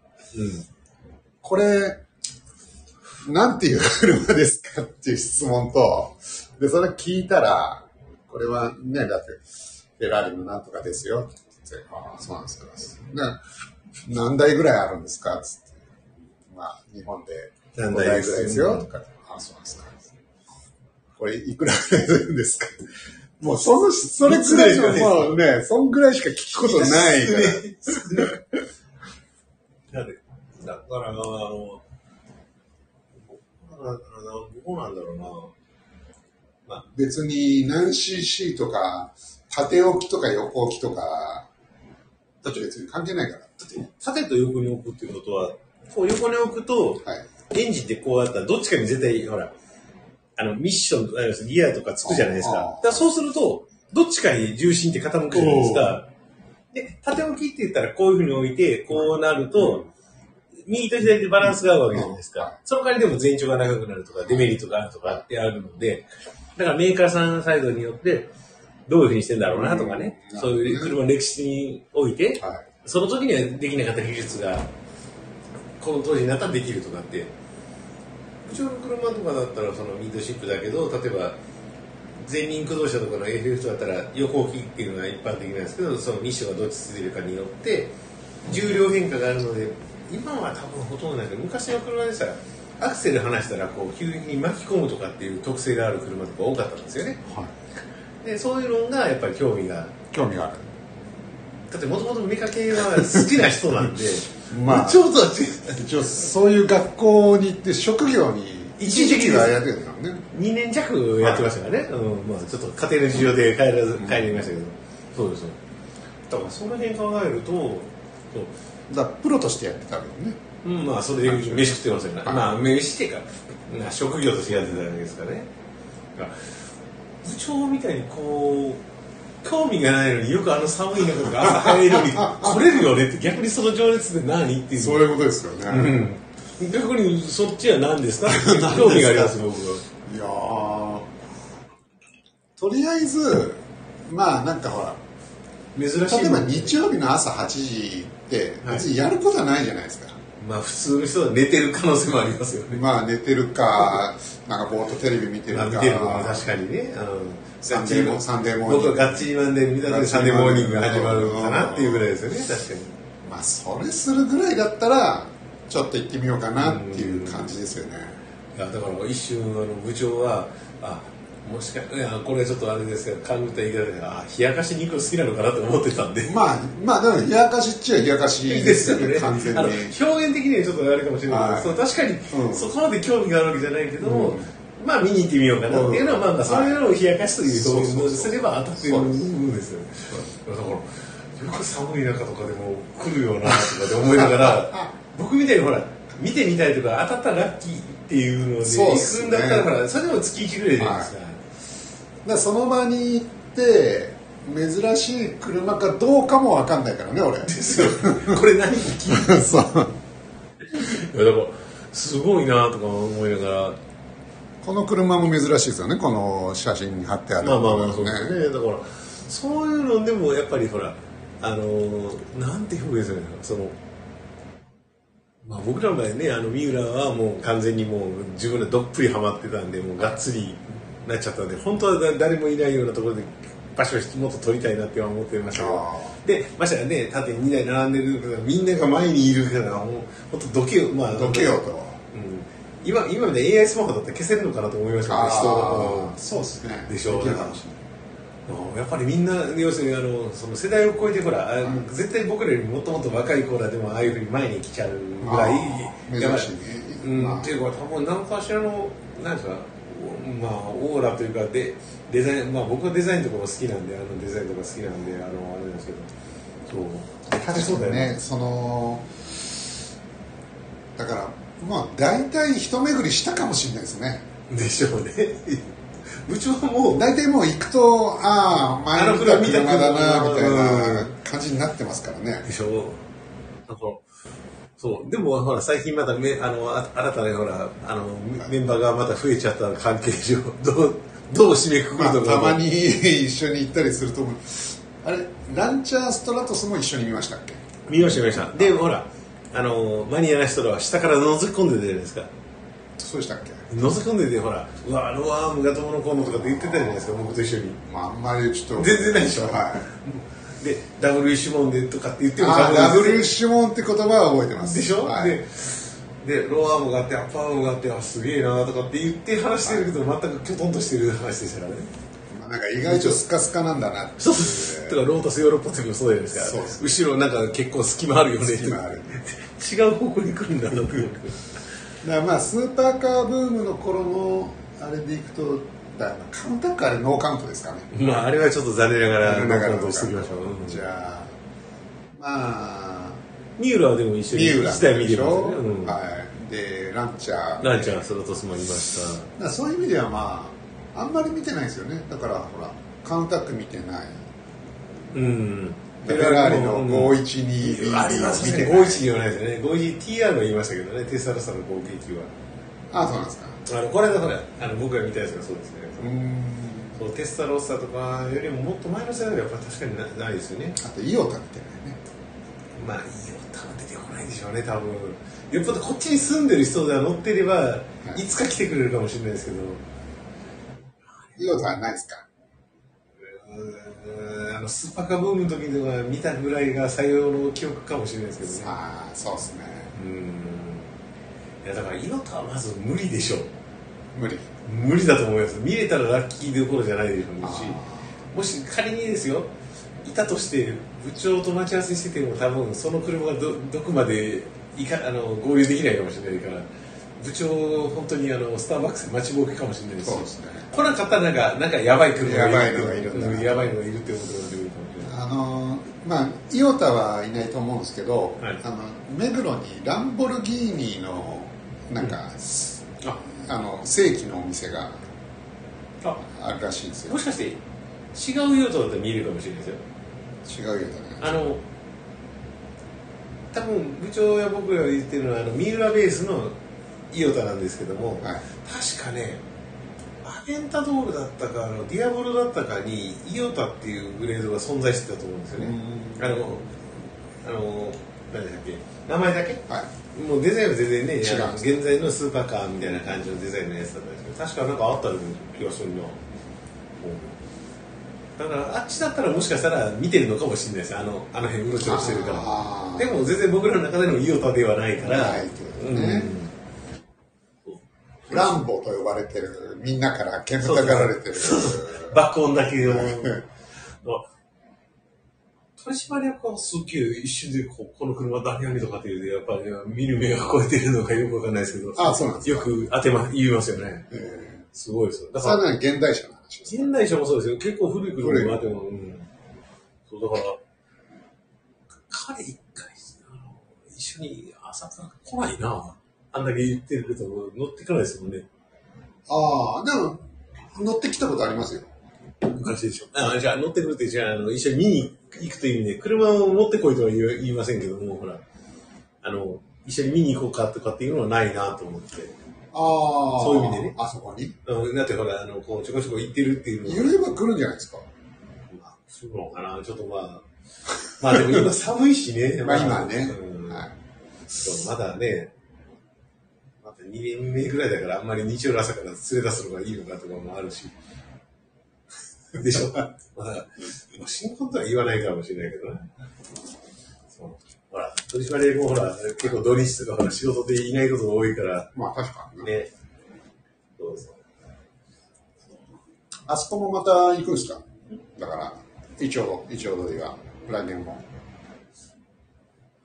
A: これ、なんていう車ですかっていう質問と、で、それ聞いたら、これはね、だって、フェラーリのなんとかですよって言って、ああ、そうなんですか。な何台ぐらいあるんですかつって。まあ、日本で
B: 何
A: 何
B: 台
A: 台
B: です
A: ぐらいですよとか、ああ、そうなんですか。これ、いくらぐらいするんですかもう、その、それぐらいしか、もうね、そんぐらいしか聞くことないから。
B: だってだから、あの、僕はあのどうなんだろうな。
A: 別に何 cc とか縦置きとか横置きとかだって別に関係ないから
B: だって縦と横に置くっていうことは、こう横に置くと、
A: はい
B: エンジンってこうだったら、どっちかに絶対、ほら、あの、ミッション、あのギアとかつくじゃないですか。
A: ああ
B: だからそうすると、どっちかに重心って傾くじゃないですか。で、縦置きって言ったら、こういうふうに置いて、こうなると、右と左でバランスが合うわけじゃないです
A: うん
B: か。その代わりでも全長が長くなるとか、デメリットがあるとかってあるので、だからメーカーさんサイドによって、どういうふうにしてんだろうなとかね、
A: うん
B: そういう車の歴史において、
A: はい
B: その時にはできなかった技術が、この当時になったらできるとかって、うちの車とかだったらそのミートシップだけど、例えば、前輪駆動車とかの FF だったら横置きっていうのが一般的なんですけど、そのミッションがどっちついてるかによって、重量変化があるので、今は多分ほとんどないけど、昔の車でしたら、アクセル離したらこう急に巻き込むとかっていう特性がある車とか多かったんですよね。
A: はい
B: で、そういうのがやっぱり興味が、
A: 興味がある
B: だってもともと見かけは好きな人なんで、
A: まあ
B: ちょっと違う
A: 一応そういう学校に行って職業に
B: 一時期
A: はやってるんだよね
B: 2年弱やってましたからね、あのまあ、ちょっと家庭の事情で帰らず帰りましたけど、そうですよだからその辺考えるとそう
A: だからプロとしてやってたけどね
B: うん、まあそれで飯食ってますよね、
A: はい
B: まあ飯っていうかまあ職業としてやってたわけですからねだから部長みたいにこう興味がないのによくあの寒い中とか朝早いのに来れるよねって逆にその情熱って何っていう
A: そういうことですよね、
B: うん逆にそっちは何ですかっていう興味があります僕は。
A: いやーとりあえずまあなんかほら
B: 珍しいもんね
A: 例えば日曜日の朝8時って
B: はい
A: 別にやることはないじゃないですか、
B: まあ普通の人は寝てる可能性もありますよね。
A: まあ寝てるかなんかぼーっとテレビ見てる
B: ま
A: か
B: あ見てるのは確かにね。あの
A: サンデーモサンデーモーニング
B: 僕はガッチリマンで見た時にサンデーモーニングが始まるのかなっていうぐらいですよね、確かに。
A: まあそれするぐらいだったらちょっと行ってみようかなっていう感じですよね
B: いやだから一瞬あの部長はあもしかいやこれちょっとあれですけど勘ぐった言い方であ冷やかし肉好きなのかなと思ってたんで。
A: まあまあでも冷やかしっちゃ冷やかしですよね完全に
B: あの表現的にはちょっとあれかもしれないけど、そう確か
A: う
B: に
A: ん
B: そこまで興味があるわけじゃないけども、
A: うん
B: まあ見に行ってみようかなっていうのは、まあまあそういうのを冷やかしという
A: そう
B: 表
A: そうそ
B: 現
A: う
B: をすれば当たってる
A: そうん
B: ですよね。だからよく寒い中とかでも来るよなとかって思いながら 僕みたいにほら見てみたいとか当たったらラッキーっていうので
A: そうっ
B: 行
A: す
B: くん
A: ね
B: だったらほらそれでも月1ぐらいじゃないですか。
A: だからその場に行って珍しい車かどうかも分かんないからね俺
B: これ何聞い
A: そう
B: てるだからすごいなとか思いながら。
A: この車も珍しいですよねこの写真に貼ってある
B: まあまあまあそうですねだからそういうのでもやっぱりほらあのーなんて表現するのかなその、まあ、僕らの場合ねあの三浦はもう完全にもう自分でどっぷりハマってたんでもうがっつりなっちゃったんで本当はだ誰もいないようなところで場所をもっと取りたいなって思ってましたけど
A: あ
B: でましてやね縦に2台並んでるからみんなが前にいるからもうほんとどけよまあ
A: あどけよと
B: うん今今まで AI スマホだったら消せるのかなと思いましたけど人が
A: あーそうですね
B: でしょう
A: できるかもしれない
B: やっぱりみんな要するにあのその世代を超えてほら、あ絶対僕らよりもっともっと若い子らでもああいうふうに前に来ちゃうぐらい
A: あー
B: やっぱ
A: 珍
B: り
A: しいね
B: うん
A: まあ
B: っていうか多分何かしらのなんですかまあオーラというかでデザインまあ僕はデザインとかも好きなんであのデザインとか好きなんであのあれなんですけどそう
A: 確かにねそのだからまあ大体一巡りしたかもしれないですね
B: でしょうね 部長も、
A: 大体もう行くと、ああ、前の見た車だな、みたいな感じになってますからね。
B: でしょなんか、そう。でも、ほら、最近まため、あの、あ新たな、ほら、あの、メンバーがまた増えちゃった関係上、 どう、どう締めくく
A: ま
B: る
A: あ、
B: のか。
A: たまに 一緒に行ったりすると思う。あれ、ランチャーストラトスも一緒に見ましたっけ
B: 見ました、見ました。で、ほら、あの、マニアな人らは下から覗き込んでるじゃないですか。
A: そうでしたっけ
B: 覗き込んでて、ほら、うわ、ロアームがどうのこうのとかって言ってたじゃないですか、僕と一緒に。
A: まあ、あんまりちょっと。
B: 全然ないでしょ
A: はい。
B: で、ダブルシモンでとかって言っても
A: ああ、
B: ダ
A: ダ
B: ブ
A: ブ
B: ル
A: ルシモンって言葉は覚えてます。
B: でしょ、
A: はい。
B: ででローアームがあってアッパーアームがあってあすげえなとかって言って話してるけど、全くきょとんとしてる話でしたからね
A: まあなんか意外とスカスカなんだなってい
B: そうそうだからロータスヨーロッパの時もそうじゃないですか
A: そうです
B: 後ろなんか結構隙間あるよね
A: 隙間ある
B: 違う方向に来るんだろう
A: だからまあスーパーカーブームの頃のあれでいくとだからカウンタックあれノーカウントですかね
B: まああれはちょっと残念ながら
A: だから
B: ノーカウントしてきましたうん
A: じゃあまあ
B: 三浦はでも一緒に
A: 三浦
B: 自体見て
A: でし
B: ます
A: ょ、
B: ね、うん
A: はいでランチャー
B: ランちゃんはスロトスもいました
A: だからそういう意味ではまああんまり見てないですよねだからほらカウンタック見てない
B: うん
A: フェラーリ
B: う
A: の
B: ん
A: 512ビ
B: あれは確かに
A: 見てない
B: 51言わないですよね51 TR は言いましたけどねテスラさんの攻撃は
A: あそうなんですか
B: あのこれだからあの僕が見たやつがそうですね、
A: うーん
B: そうテスタロッサとかよりももっと前の世代ではやっぱ確かになないですよね
A: あとイオタ見てないね
B: まあいいよ多分出てこないでしょうね多分よっぽどこっちに住んでる人が乗ってれば、い、つか来てくれるかもしれないですけど
A: イオタはないですか
B: うーんあのスーパーカーブームの時とか見たぐらいが最用の記憶かもしれないですけどね
A: ああそうですね
B: うんいやだから色とはまず無理でしょう
A: 無理
B: 無理だと思います見れたらラッキーどころじゃないでしょうし
A: あー
B: もし仮にですよいたとして部長と待ち合わせしてても多分その車がどどこまでいかあの合流できないかもしれないから部長本当にあのスターバックスで待ちぼうけかもしれないですし
A: そうですね
B: 来なかったらなんかなんかやばい車がいる
A: やばいのがいるんだな
B: うんやばいのがいるってことが出てくるかもしれない
A: あのまあイオタはいないと思うんですけど、
B: はい
A: あの目黒にランボルギーニのなんか、
B: あ
A: あの正規のお店が
B: あ
A: あるらしいんですよ
B: もしかして違う用途だったら見えるかもしれないですよ
A: 違うようだね
B: あの多分部長や僕らが言ってるのはあの三浦ベースのイオタなんですけども、
A: はい
B: 確かねアベンタドールだったかあのディアボロだったかにイオタっていうグレードが存在してたと思うんですよね、あのあの何でしたっけ名前だけ
A: はい
B: もうデザインは全然ね
A: 違う
B: あの現在のスーパーカーみたいな感じのデザインのやつだったんですけど確かなんかあったような気がするなだからあっちだったらもしかしたら見てるのかもしれないですあのあの辺うろちょろしてるから
A: あー
B: でも全然僕らの中でのイオタではないから、
A: ないってことねランボと呼ばれてるみんなから煙たがられてる
B: うん、爆音だけを取締役はすっげえ一瞬でここの車だけやねとかっていうでやっぱり見る目が超えてるのかよくわかんないですけど
A: あそうなんです
B: よく当てま言いますよね
A: えー
B: すごいですよだ
A: そ
B: から
A: れは何現代車の話ですか
B: 現代車もそうですよ。結構古い車もあっても、うん。そう、だから、彼一回、あの一緒に朝倉来ないな。あんだけ言ってるけど、乗ってかないですもんね。
A: ああでも乗ってきたことありますよ
B: 昔でしょ。あじゃあ乗ってくるって、じゃああの一緒に見に行くという意味で、車を持ってこいとは言い言いませんけども、ほら、あの、一緒に見に行こうかとかっていうのはないなと思って。
A: ああ
B: そういう意味でね
A: あそこに
B: あのだってほら、あの、こう、ちょこちょこ行ってるっていうのは
A: 揺れば来るんじゃないですか、
B: まあ、そうなのかな、ちょっとまあ、まあでも今寒いし ね
A: まあ今ね
B: うん
A: はい
B: そうまだね、まだ2年目ぐらいだから、あんまり日曜の朝から連れ出すのがいいのかとかもあるし、 でしょ、まだ、まあ、新婚とは言わないかもしれないけどね。そうほら、取締役もほら、結構土日とかほら仕事でいないことが多いから、
A: まあ確かにね
B: ね、そうそう。
A: あそこもまた行くんですかだから、一応、一応踊りは、来年も。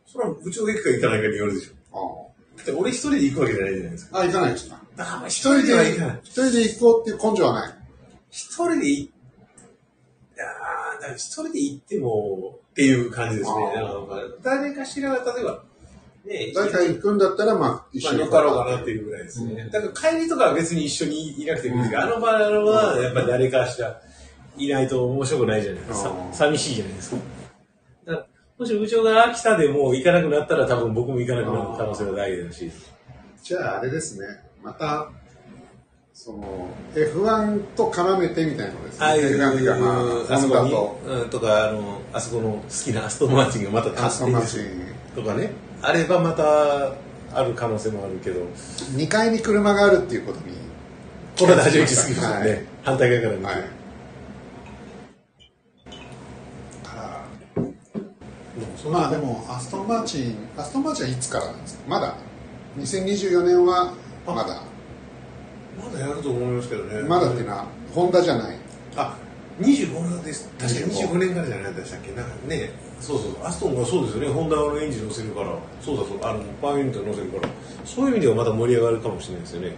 B: それは部長が行くか行かないかによるでしょ。
A: あ
B: だって俺一人で行くわけじゃないじゃないですか。
A: あ、行かないですか
B: あ一
A: 一人
B: 人では行
A: で
B: かない、。
A: 一人で行こうっていう根性はない。
B: 一人でい、いやーだから一人で行ってもっていう感じですね。
A: あー
B: なんか誰かしら、例えば、
E: で、
A: 誰か行くんだったら、まあ、一
B: まあ、
A: 緒に
B: よかろうかなっていうぐらいですね。だから帰りとかは別に一緒にいなくてもいいんですけど、あの場合はやっぱり誰かしらいないと面白くないじゃないですか。
A: あー
B: さ寂しいじゃないですか。だからもし部長が秋田でもう行かなくなったら多分僕も行かなくなる可能性が大だし。
A: じゃああれですね、また、その、F1 と絡めてみたいなことですね。
B: ああい
A: F1 っていうか、まあ、
B: あ
A: ホ
B: そ
A: ン
B: こ
A: ダ
B: に、
A: と、
B: うん、とか、あの、あそこの好きなアストンマーチンがまた
A: アストンマーチ
B: ン
A: ン。
B: とかね、あればまたある可能性もあるけど、
A: 2階に車があるっていうことに、
B: これは大丈夫きすぎますよね、
A: はい
B: 反対側から見て。
A: はい。まあでも、アストンマーチン、アストンマーチンはいつからなんですかまだ、2024年はまだ、
B: まだやると思いますけどね。
A: まだっていうのは、ホンダじゃない。
B: あ、25年です。確かに
A: 25
B: 25年からじゃないでしたっけなんかね、そうそう、アストンがそうですよね、ホンダのエンジン乗せるから、そうだそう、あの、パワーユニット乗せるから、そういう意味ではまだ盛り上がるかもしれないですよね。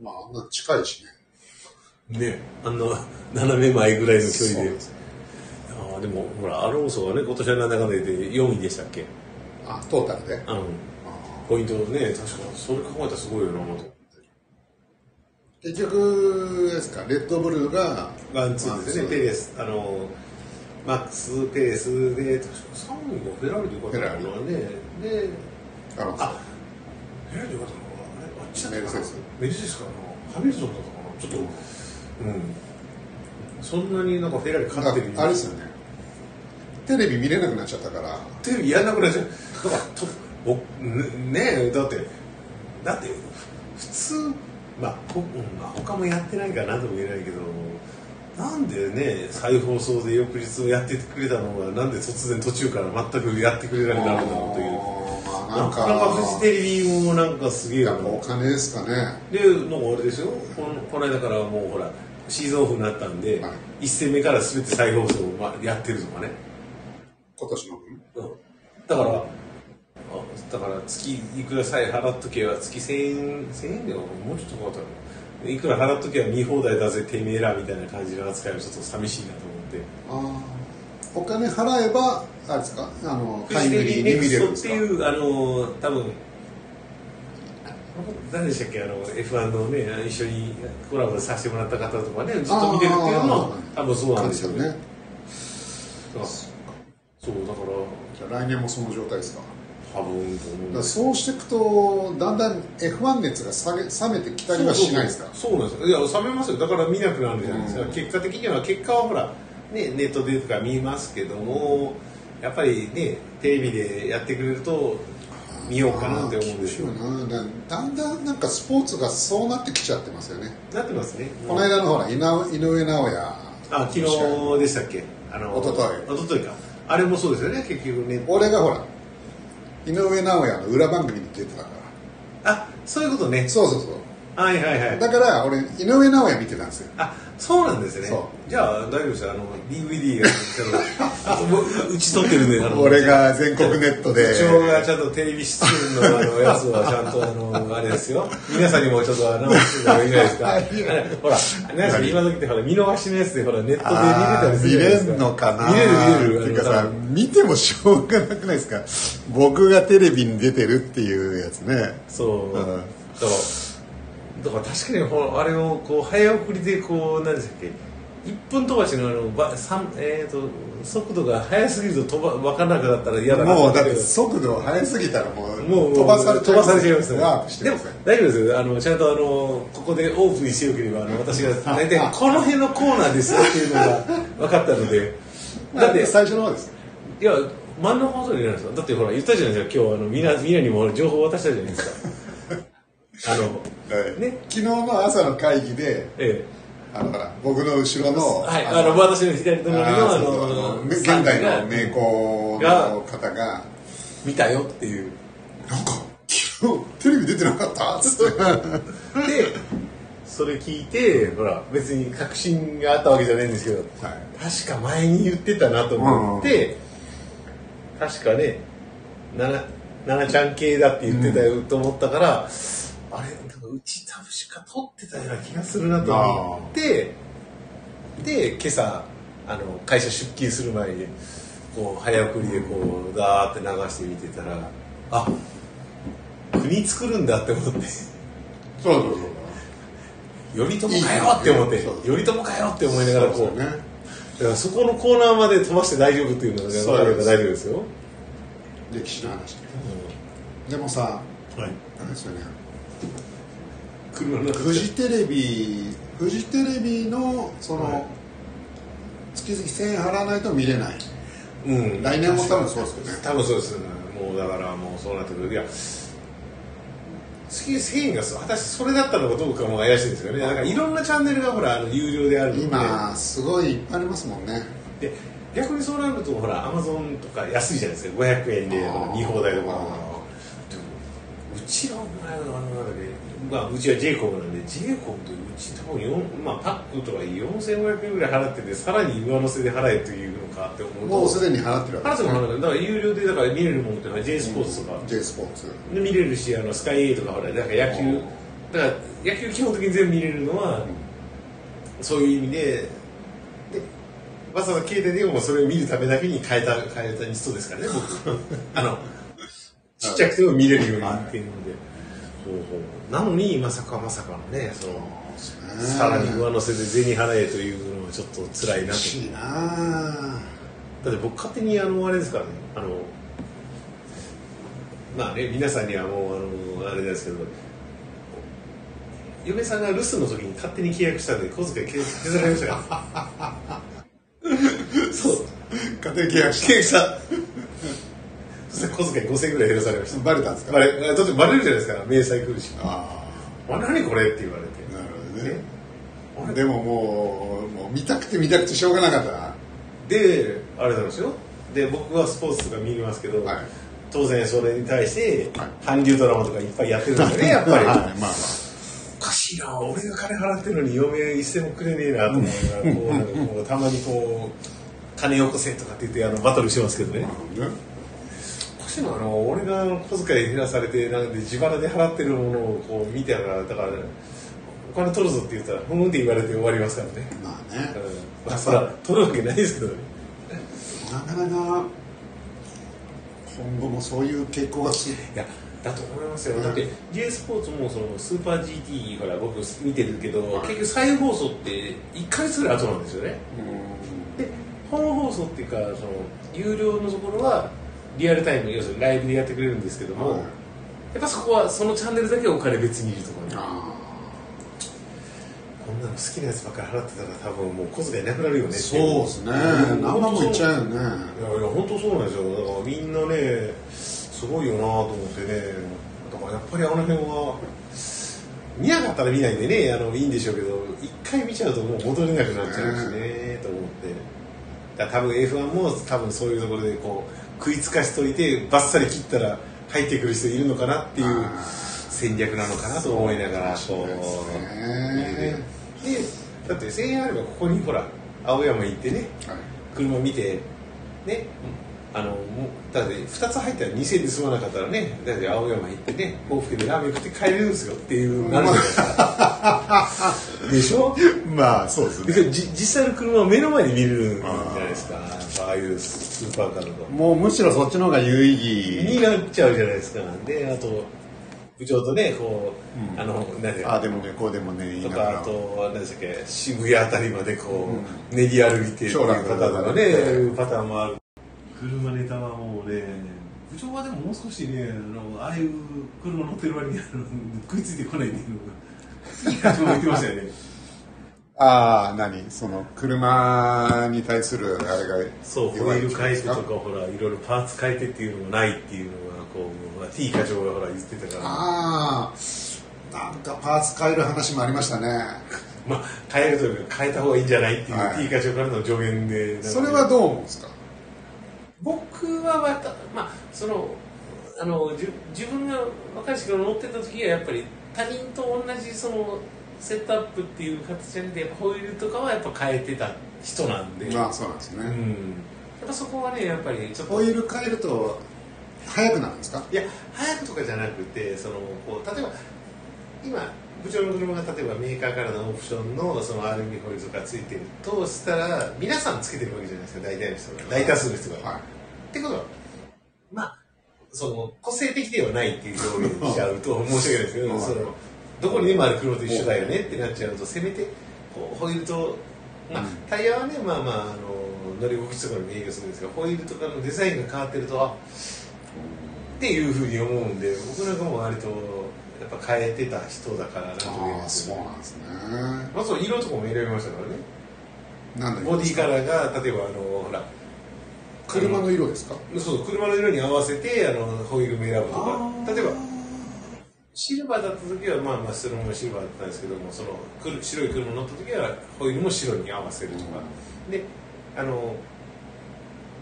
A: まあ、あんな近いしね。
B: ね、あんな斜め前ぐらいの距
A: そう
B: 離
A: な
B: で
A: ん。です
B: ああでもほらアロンソがね今年はなんだかんだ言って4位でしたっけ
A: あ、トータルで。
B: あのポイントね確かそれ考えたらすごいよなと思って
A: 結局ですか、レッドブルが、
B: ワンツーですねペレスあのマックスペレスで確か3位がフェラーリでよかったのか
A: フ
B: な
A: ェ
B: ねで
A: あの
B: あフェラーリでよかったのかなあれあっちだったか
A: メル
B: な
A: セデス
B: メルセデスかなハミルソンだったかなちょっとうんそんなになんかフェラーリ勝ってる
A: あれですよねテレビ見れなくなっちゃったから
B: テレビやんなくなっちゃうだからとおねねえだってだって普通まあほ、うんまあ、他もやってないからなんとも言えないけどなんでね再放送で翌日をやってくれたのがなんで突然途中から全くやってくれなくなるんだろうという
A: まあな
B: なんん
A: か
B: かなんかフジテレビもなんかすげえ
A: や
B: な
A: っぱお金ですかね
B: でなんかあれですよこのこの間からもうほらシーズンオフになったんで、
A: はい
B: 一戦目から全て再放送をまやってるとかね
A: 今年の
B: うんだから、あだから月いくらさえ払っとけば月1000円1000円でももうちょっとかかったのかないくら払っとけば見放題だぜてめえらみたいな感じの扱いはちょっと寂しいなと思って
A: あーお金払えばあれですかあの
B: フ
A: タイ
B: ジ
A: ム
B: テ
A: リ
B: レ
A: ー
B: ビ
A: に
B: ネ
A: 見れ
B: クス
A: るん
B: ト
A: で
B: っ
A: す
B: て
A: か
B: いうあの多分誰でしたっけあの F1 のね一緒にコラボさせてもらった方とかねずっと見てるっていうのも多分そうなん
A: 感
B: で
A: じ
B: す
A: だ
B: よ
A: よ
B: ね
A: ね
B: だからそうだから
A: じゃあ来年もその状態ですか
B: 多分と思う
A: だ
B: んだ
A: からそうしていくとだんだん F1 熱が下げ冷めてきたりはしないですか
B: そうそうそうなんですよいや冷めますよだから見なくなるじゃないですか、
A: うん
B: 結果的には結果はほら、ね、ネットでとか見ますけどもやっぱりねテレビでやってくれると見ようかなって思うんですよ
A: あー厳しいよなだんだんなんかスポーツがそうなってきちゃってますよね
B: なってますね
A: この間のほら井上井上尚弥
B: あ昨日でしたっけあの
A: 一昨
B: 日一昨日かあれもそうですよね結局ね
A: 俺がほら井上尚弥の裏番組に出てたか
B: あそういうことね
A: らそうそうそう
B: はいはいはい
A: だから俺井上尚弥見てたんですよ
B: あそうなんですね
A: そ
B: じゃあ大丈夫ですあの DVD が あのもううち撮ってるんであの
A: 俺が全国ネットで
B: 部長がちゃんとテレビ出演のあのやつはちゃんとあのあれですよ皆さんにもちょっとアナウンスしてた方がいいじゃないですかあれほら皆さん今時ってほら見逃しのやつでほらネットで見れた
A: あ
B: り
A: ー
B: す
A: 見
B: るじゃな
A: れ
B: いですか
A: んのかな
B: 見れる見れる
A: っていうか
B: あ
A: さ
B: の
A: 見てもしょうがなくないですか僕がテレビに出てるっていうやつね
B: そう、
A: うん
B: だからだから確かにほらあれをこう早送りでこう何でしたっけ1分飛ばしのあのば三えー、と速度が速すぎると飛ば分からなくなったら嫌だな
A: もうだって
B: も
A: 速度速すぎたらもう
B: うもう
A: 飛ばされ
B: 飛ばされちゃいます
A: ワープして
B: で
A: ま
B: も
A: すよ
B: 大丈夫ですよあのちゃんとあのここでオープンにしておけれ ばあの私が大体この辺のコーナーですよっていうのが分かったの でだ
A: だ
B: っ
A: って
B: て
A: 最初の方ですよ
B: いや真ん中ほどになるんですかだってほら言ったじゃないですか今日あのみんなみんなにも情報渡したじゃないです かあの
A: はい
B: ね
A: 昨日の朝の会議で
B: ええ
A: あのほら僕の後ろの
B: はい、あの私の左
A: あ
B: 隣
A: ー
B: のあ
A: そうそうあ
B: の
A: の現代の名
B: ね
A: 工の方が
B: 見たよっていう
A: なんか昨日テレビ出てなかったっつって
B: でそれ聞いてほら別に確信があったわけじゃないんですけど
A: はい
B: 確か前に言ってたなと思って、確かねななななちゃん系だって言ってたよと思ったから、あれなんかうち多分しか撮ってたような気がするなと思ってで今朝あの会社出勤する前にこう早送りでこうガーって流して見てたらあ国作るんだって思っ
A: そう
B: て
A: そうそう
B: 頼朝かよって思って
A: いいね
B: 頼朝かよって思いながらこ
A: そううね
B: だからそこのコーナーまで飛ばして大丈夫っていうのが分かれば大丈夫ですよ、
A: 歴史の話でもさ
B: はい、
A: あれですよね
B: 車の中
A: フジテレビフジテレビのその、
B: はい
A: 月々1000円払わないと見れない
B: うん
A: 来年も多分そうですよね
B: 多分そうですもうだからもうそうなってくるいや月1000円がそう果たしてそれだったのかどうかも怪しいんですよねなんかいろんなチャンネルがほらあの有料であるので
A: 今すごいいっぱいありますもんね
B: で逆にそうなるとほらアマゾンとか安いじゃないですか500円で
A: あー
B: 見放題とかで
A: あー
B: もうちのあのあのなんだっけまあうちは j コムなんで j コムとうち多分4、まあ、パックとか4500円ぐらい払っててさらに上乗せで払えというのかって思うと
A: もうすでに払ってるわ
B: 払って
A: け
B: も
A: ですね
B: らわなかっただから有料でだから見れるものっていうのは J スポーツとか
A: J スポーツ
B: で見れるしあのスカイ A とかほらなんか野球だから野球基本的に全部見れるのはそういう意味ででわざわざ携帯でもそれを見るためだけに変えた変えたリストですからね 僕あのちっちゃくても見れるようにっていうので、そうそうなのにまさかまさかのねそのさらに上乗せで銭払えというのはちょっと辛い
A: 嬉
B: なと
A: しいな
B: だって僕勝手にあのあれですからねあのまあね皆さんにはもうあのあれですけど嫁さんが留守の時に勝手に契約したんで小遣い削削られましたから そう
A: 家庭契約し
B: 契約したそして小遣い5000円ぐらい減らされました
A: バレたんですか
B: たバレだってバレるじゃないですか明細来るし
A: あ
B: 「あ何これ?」って言われ
A: あなるほど
B: て
A: ね
B: あれ
A: でももうもう見たくて見たくてしょうがなかった
B: であれなんですよで僕はスポーツとか見にますけど、
A: なはい
B: 当然それに対して
A: はい
B: 韓流ドラマとかいっぱいやってるんですよねやっぱり、
A: はいまあまあ
B: おかしいな俺が金払ってるのに嫁一銭もくれねえなと 思いながらこうなんかこうたまにこう金よこせとかって言ってあのバトルしてますけどね
A: なるほどね
B: おかしいなあの俺が小遣い減らされてなんで自腹で払ってるものをこう見てたからだからお金取るぞって言ったらふーんって言われて終わりますからね、
A: まあね
B: うんまあそら取るわけないですけどね
A: なかなか今後もそういう傾向がす
B: いやだと思いますよだって J スポーツもそのスーパー GT から僕見てるけど結局再放送って1か月ぐらい後なんですよね
A: うん
B: で本放送っていうかその有料のところはリアルタイム要するにライブでやってくれるんですけども、
A: はい
B: やっぱそこはそのチャンネルだけお金別にいるところに
A: あ
B: こんなの好きなやつばっかり払ってたら多分もう小遣いなくなるよ
A: あ
B: ねってい
A: そうですね何万もいっちゃうよね
B: いやいや本当そうなんですよだからみんなねすごいよなと思ってねだからやっぱりあの辺は見なかったら見ないでねあのいいんでしょうけど一回見ちゃうともう戻れなくなっちゃうしねと思ってだから多分 F1 も多分そういうところでこう食いつかしといてバッサリ切ったら入ってくる人いるのかなっていう
A: あ
B: 戦略なのかなと思いながらこう
A: そうですね
B: 見てでだって1000円あればここにほら青山行ってね
A: あはい
B: 車見てねあのもうだって2つ入ったら2千で済まなかったらねだって青山行ってね往復でラーメン食って帰れるんですよっていうなるじゃないですかでしょ
A: まあそうです
B: でじ実際の車を目の前で見れるんじゃないですかやっぱああいうスーパーカーとか
A: もうむしろそっちの方が有意
B: に
A: 義
B: なっちゃうじゃないですかであと部長とねこう、
A: うん
B: あのなんていうの
A: ああでもねこうでもね言い
B: と
A: なが
B: かあ
A: ら
B: と何でしたっけ渋谷あたりまでこう、練り歩いてっていう
A: 将
B: パ
A: 来の
B: ターンとかね
A: ね
B: いうパターンもある車ネタはもうね部長はでももう少しねあのああいう車乗ってる割にあの食いついてこないっていうのがいいなと思ってましたよね
A: ああ何その車に対するあれが
B: そうホイ
A: 弱い
B: ール回復とかほらいろいろパーツ変えてっていうのもないっていうのがこうまあ T 課長がほら言ってたから
A: ああなんかパーツ変える話もありましたね
B: まあ変えるというか変えた方がいいんじゃないっていう
A: はい
B: T 課長からの助言でなんかね
A: それはどう思うんですか
B: 僕はわた、まあ、そのあのじゅ自分が若い時から乗ってた時はやっぱり他人と同じそのセットアップっていう形じゃなくてやっぱホイールとかはやっぱ変えてた人なんで、
A: まあそうなんです
B: う
A: ね
B: ん、やっぱそこはねやっぱりちょっと
A: ホイール変えると速くなるんですか
B: いや早くとかじゃなくてそのこう例えば今部長の車が例えばメーカーからのオプションのその RB ホイールとかついてるとしたら皆さんつけてるわけじゃないですか大体の人が大多数の人が、
A: はい
B: ってことはまあその個性的ではないっていう表現にしちゃうと申し訳ないですけど、
A: はい
B: そのどこにでもある車と一緒だよねってなっちゃうとせめてこうホイールと、まあ
A: うん、
B: タイヤはねまあまああの乗り心地とかにも影響するんですがホイールとかのデザインが変わってるとあっていうふうに思うんで僕なんかも割とやっぱ変えてた人だからなと思い
A: あ
B: ま
A: あ
B: す
A: そう
B: よね
A: なんですね
B: まあそう色とかも選びましたからね
A: なんだ
B: ボディカラーが例えばあのほら
A: 車の色ですか
B: そう車の色に合わせてあのホイールも選ぶとか例えばシルバーだった時はまあまあそれもシルバーだったんですけどもそのくる白い車乗った時はホイールも白に合わせるとか、であの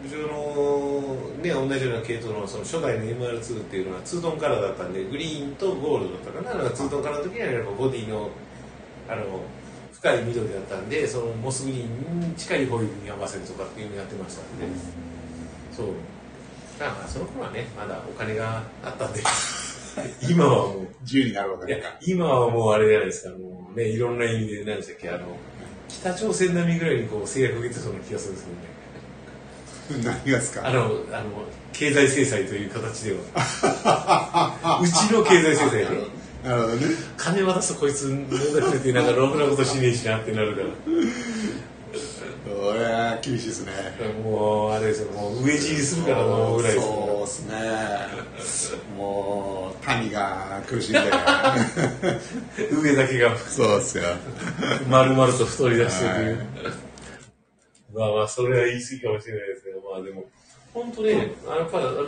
B: 部長のね同じような系統のその初代の MR2 っていうのはツートンカラーだったんでグリーンとゴールドだったかななんかツートンカラーの時にはやっぱボディのあの深い緑だったんでそのモスグリーンに近いホイールに合わせるとかっていうのをやってましたんで、そうだからその頃はねまだお金があったんで 今はもう
A: 自由になるわけ
B: いや
A: だから
B: 今はもうあれじゃないですか、もうね、いろんな意味で、なんでしたっけ、あの、北朝鮮並みぐらいにこう制約を受けてそうな気がするんですけどね。
A: 何がですか
B: あの、あの、経済制裁という形では。うちの経済制裁ね。
A: なるほどね
B: 金渡すとこいつ飲んだくれて、なんかろくなことしねえしなってなるから。
A: これは厳しいですね
B: もう、あれですよ、もう飢え死にするからもうぐらいですよ。
A: そうですねもう民が苦しんで
B: 上だけが
A: そうですよ
B: 丸々と太り出してるとい
A: は
B: う。まあまあ、それは言い過ぎかもしれないですけど、まあでも、本当ね、あのやっぱりあの、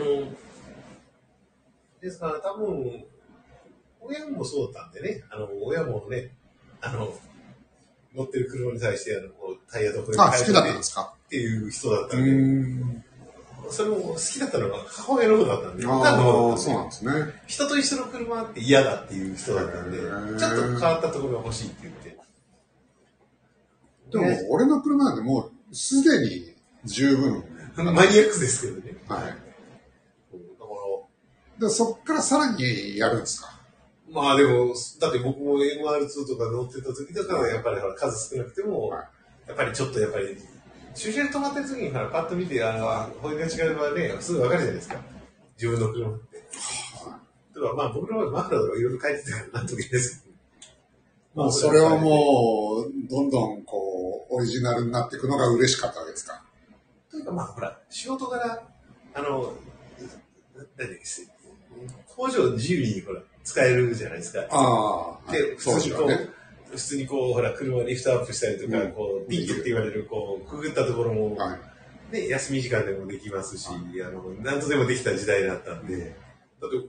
B: ですから多分、親もそうだったんでね、あの、親もね、あの、乗ってる車に対して、あの、こうタイヤとこういう
A: あ
B: 変
A: 好
B: え
A: き
B: て
A: だ
B: ね
A: ったんですか
B: っていう人だった
A: うん
B: で、
A: ん
B: それも好きだったのが母親のことだったんで、僕は
A: あ
B: ど
A: あ
B: う
A: そう
B: だ
A: な
B: った
A: ん
B: んで
A: ですね
B: 人と一緒の車って嫌だっていう人だったんで、
A: へ
B: ちょ
A: ー
B: っと変わったところが欲しいって言って。
A: でも
B: ね
A: 俺の車なんてもうすでに十分
B: マニアックですけどね。
A: はい
B: そうだから、
A: でそっからさらにやるんですか
B: まあでも、だって僕も MR2 とか乗ってた時だから、やっぱりほら数少なくても、
A: はい
B: やっぱりちょっとやっぱり、駐車場に止まってる時にほらパッと見て、あの、あホイールが違えばね、すぐわかるじゃないですか。自分の車って。だからまあ僕の場合マフラーとかいろいろ変えてたからなんとも言えないですけど。
A: もうそれはもう、どんどんこう、オリジナルになっていくのが嬉しかったわけですか。
B: というかまあほら仕事柄あの何です工場自由にほら使えるじゃないですか
A: ああ。
B: で
A: 当時はね。
B: 普通にこうほら車リフトアップしたりとか、
A: うん
B: こうピンクって言われるこうくぐったところも、
A: はい。
B: ね、休み時間でもできますし、あの何とでもできた時代だったんで、だって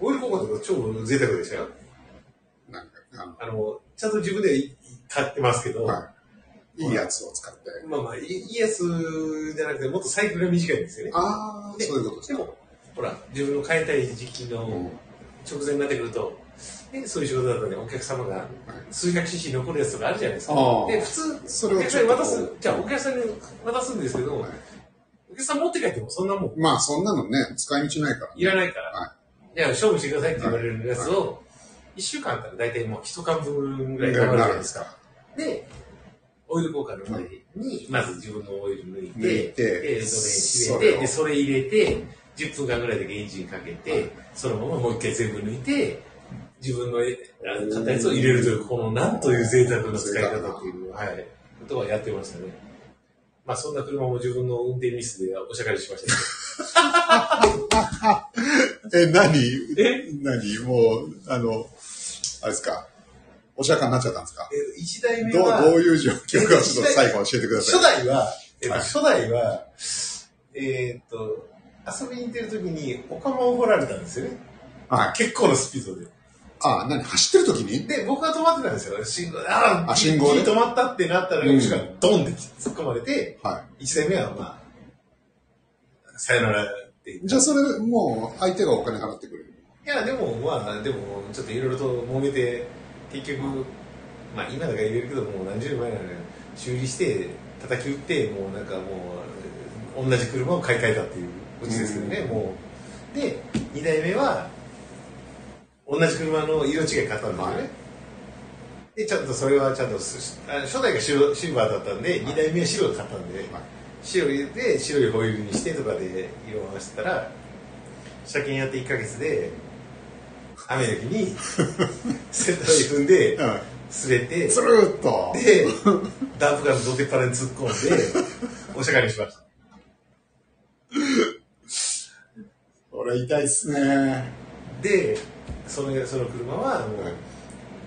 B: オイル交換とか超贅沢でしたよ
A: なんか、あの
B: あのちゃんと自分でい買ってますけど、
A: はい。いいやつを使って。
B: まあまあいいいいやつじゃなくてもっとサイクルが短いんですよね
A: ああ、
B: で
A: そういうことです
B: で
A: か。
B: もほら自分の変えたい時期の
A: うん
B: 直前になってくると、ね、そういう仕事だったんでお客様が数百 cc 残るやつとかあるじゃないですか
A: ああ
B: で普通
A: それ
B: お
A: を
B: 客
A: ち
B: さん
A: ょっと
B: に渡すじゃあお客さんに渡すんですけど、
A: はい
B: お客さん持って帰ってもそんなもん
A: まあ、そんなのね、使い道ないから。
B: いらないから、
A: は
B: じゃあ勝負してくださいって言われるやつを、一1週間あったら大体もう1缶分ぐらいかかるじゃないですかでオイル交換の前に、まず自分のオイル抜いて、
A: 抜いて
B: で、ドレン
A: そ
B: 入
A: れ
B: れ
A: を
B: て、で、それ入れて、10分間ぐらいだけエンジンかけて、そのままもう一回全部抜いて、自分のえあの買ったやつを入れるという、このなんという贅沢な使い方っていう、はい、ことはやってましたね。まあ、そんな車も自分の運転ミスでおしゃかりしました けど
A: え、何
B: え
A: 何もう、あの、あれですか。お釈迦になっちゃったんですか
B: え一代目
A: どう、
B: は、
A: どういう状況かちょっと最後教えてくださ
B: 初
A: い。
B: 代は、えっと
A: はい
B: 初代は、えーっと、遊びに行ってる時に、お釜を掘られたんですよね。
A: はい。
B: 結構のスピードで。
A: ああ、何走ってる時に
B: で、僕が止まってたんですよ。信号で、あ
A: あ信号で
B: ギリ止まったってなったら、
A: うん
B: 後ろからドンって突っ込まれて、
A: は
B: 1台目はまあ、さよならって言っ
A: い。
B: た
A: じゃあ、それ、もう、相手がお金払ってくれる。
B: いや、でもまあ、でも、ちょっといろいろと揉めて、結局、まあ今だから言えるけど、もう何十年前なのよ。修理して、叩き打って、もうなんかもう、同じ車を買い替えたっていううちですけどね、
A: うん
B: もう。で、2台目は、同じ車の色違い買ったんですよね。で、ちゃんとそれはちゃんとすあの初代が白シルバーだったんで、二代目は白を買ったんで、
A: はい
B: 白入れて、白いホイールにしてとかで色を合わせたら、車検やって1ヶ月で、雨の日に、洗濯機踏んで、滑って、
A: つるっと。
B: で、ダンプカーの土手っ腹に突っ込んで、おしゃがりしました。
A: これ痛いっすね。
B: で、そのその車はもう、
A: はい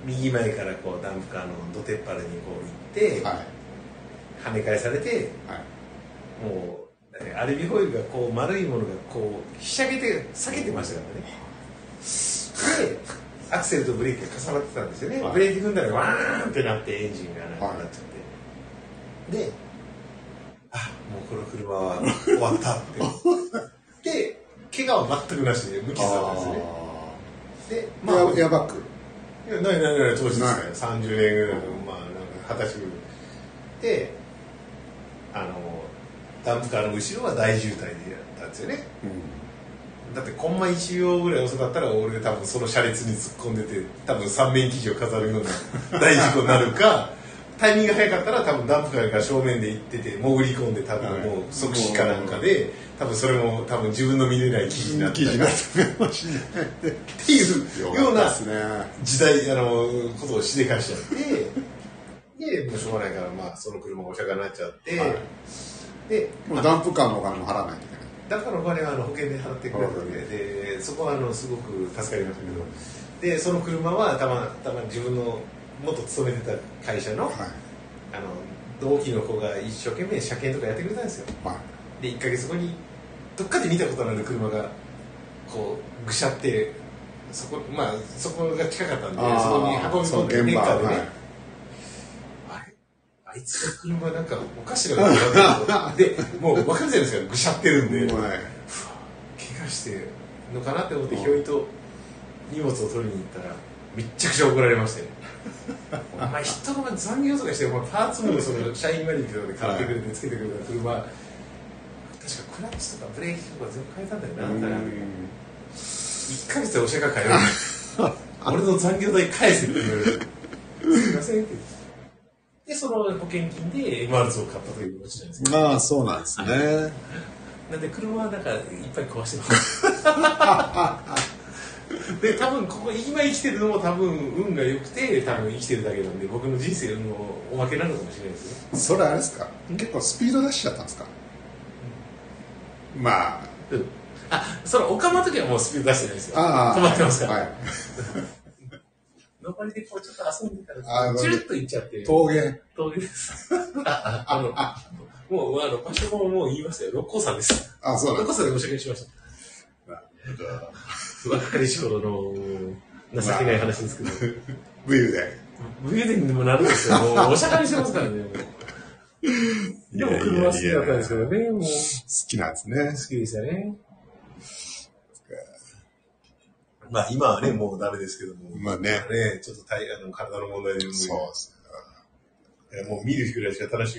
B: 右前からこうダンプカーの土手っ腹にこう行って、
A: はい。
B: 跳ね返されて、
A: はい
B: もうねアルミホイルがこう丸いものがこうひしゃげて裂けてましたからねでアクセルとブレーキが重なってたんですよね、
A: はい
B: ブレーキ踏んだらワーンってなってエンジンがなくなっちゃって、であもうこの車は終わったってで怪我は全くなしで無傷だったんですよねで
A: ま
B: まあ
A: あ、エアバッグ。
B: いやないないない当時ですね
A: ない
B: 30年ぐらいのまあなんか二十歳ぐらいであのダンプカーの後ろは大渋滞でやったんですよねだってコンマ1秒ぐらい遅かったら俺多分その車列に突っ込んでて多分三面記事を飾るような大事故になるか タイミングが早かったら多分ダンプカーが正面で行ってて潜り込んで多分もう即死かなんかで多分それも多分自分の見れない記事になった
A: 記
B: り
A: 事になったかもしれない。
B: っていうよ
A: か
B: うな
A: ったっすね。
B: 時代あのことをしでかしちゃ ってでもうしょうがないから、まあ、その車がお釈迦になっちゃって、
A: はい
B: で
A: もうダンプカーのお金も払わないといけない。
B: だからお金はあの保険で払ってくれたんで,、
A: はい
B: でそこはあのすごく助かりましたけどでその車はたまたま自分の元勤めてた会社の,、
A: はい。
B: あの同期の子が一生懸命車検とかやってくれたんですよ
A: はい。
B: で1ヶ月後にどっかで見たことのある車がこうぐしゃってそこまあそこが近かったんでそこに運び込んで
A: そう
B: レ
A: 現
B: ッ
A: 場
B: カーでね、
A: はい
B: あれあいつの車なんかおかしなことになってる ぞでもう分かるじゃないですかぐしゃってるんで怪
A: はい
B: 我してるのかなって思ってひょいと荷物を取りに行ったらめっちゃくちゃ怒られましてお前人の残業とかしてお前パーツもその社員マニュアルとかで買ってくれてつけてくれた車確かクラッチとかブレーキとか全部変えたんだよな
A: う
B: だから
A: ん
B: 1ヶ月でお釈迦かよ 俺の残業代返せって言われてすいませんって言ってでその保険金で MR2 を買ったということなんですよ
A: まあ、そうなんですね。
B: なんで車はなんかいっぱい壊してます で多分ここ今生きてるのも多分運が良くて多分生きてるだけなんで僕の人生のおまけなのかもしれないですね
A: それあれですか結構スピード出しちゃったんですかまあ、
B: うんあそのおかまの時はもうスピード出してないですよ
A: ああ。
B: 止まってますから、
A: はい。
B: 残りでこうちょっと遊んでた
A: あ
B: らチュルッと行っちゃって
A: 峠。
B: 峠です。あ、あの、もう、あの、場所ももう言いましたよ。六甲山です。
A: あ、そうな
B: 六
A: ん
B: 甲
A: です。
B: 山でご釈迦しました。若かりし頃の、情けない話ですけど、
A: ブイルで。
B: 武勇伝に もなるんですよ。もう、お釈迦にしてますからね。もうでも、車は好きだったんですけどね。もう、好
A: 好きなんですね。
B: きでしたね。まあ、今はね、もうダメですけども
A: まあね。
B: ね、ちょっと体あの体の問題でもう
A: そうですね。
B: もう見る日ぐらいしか楽しみ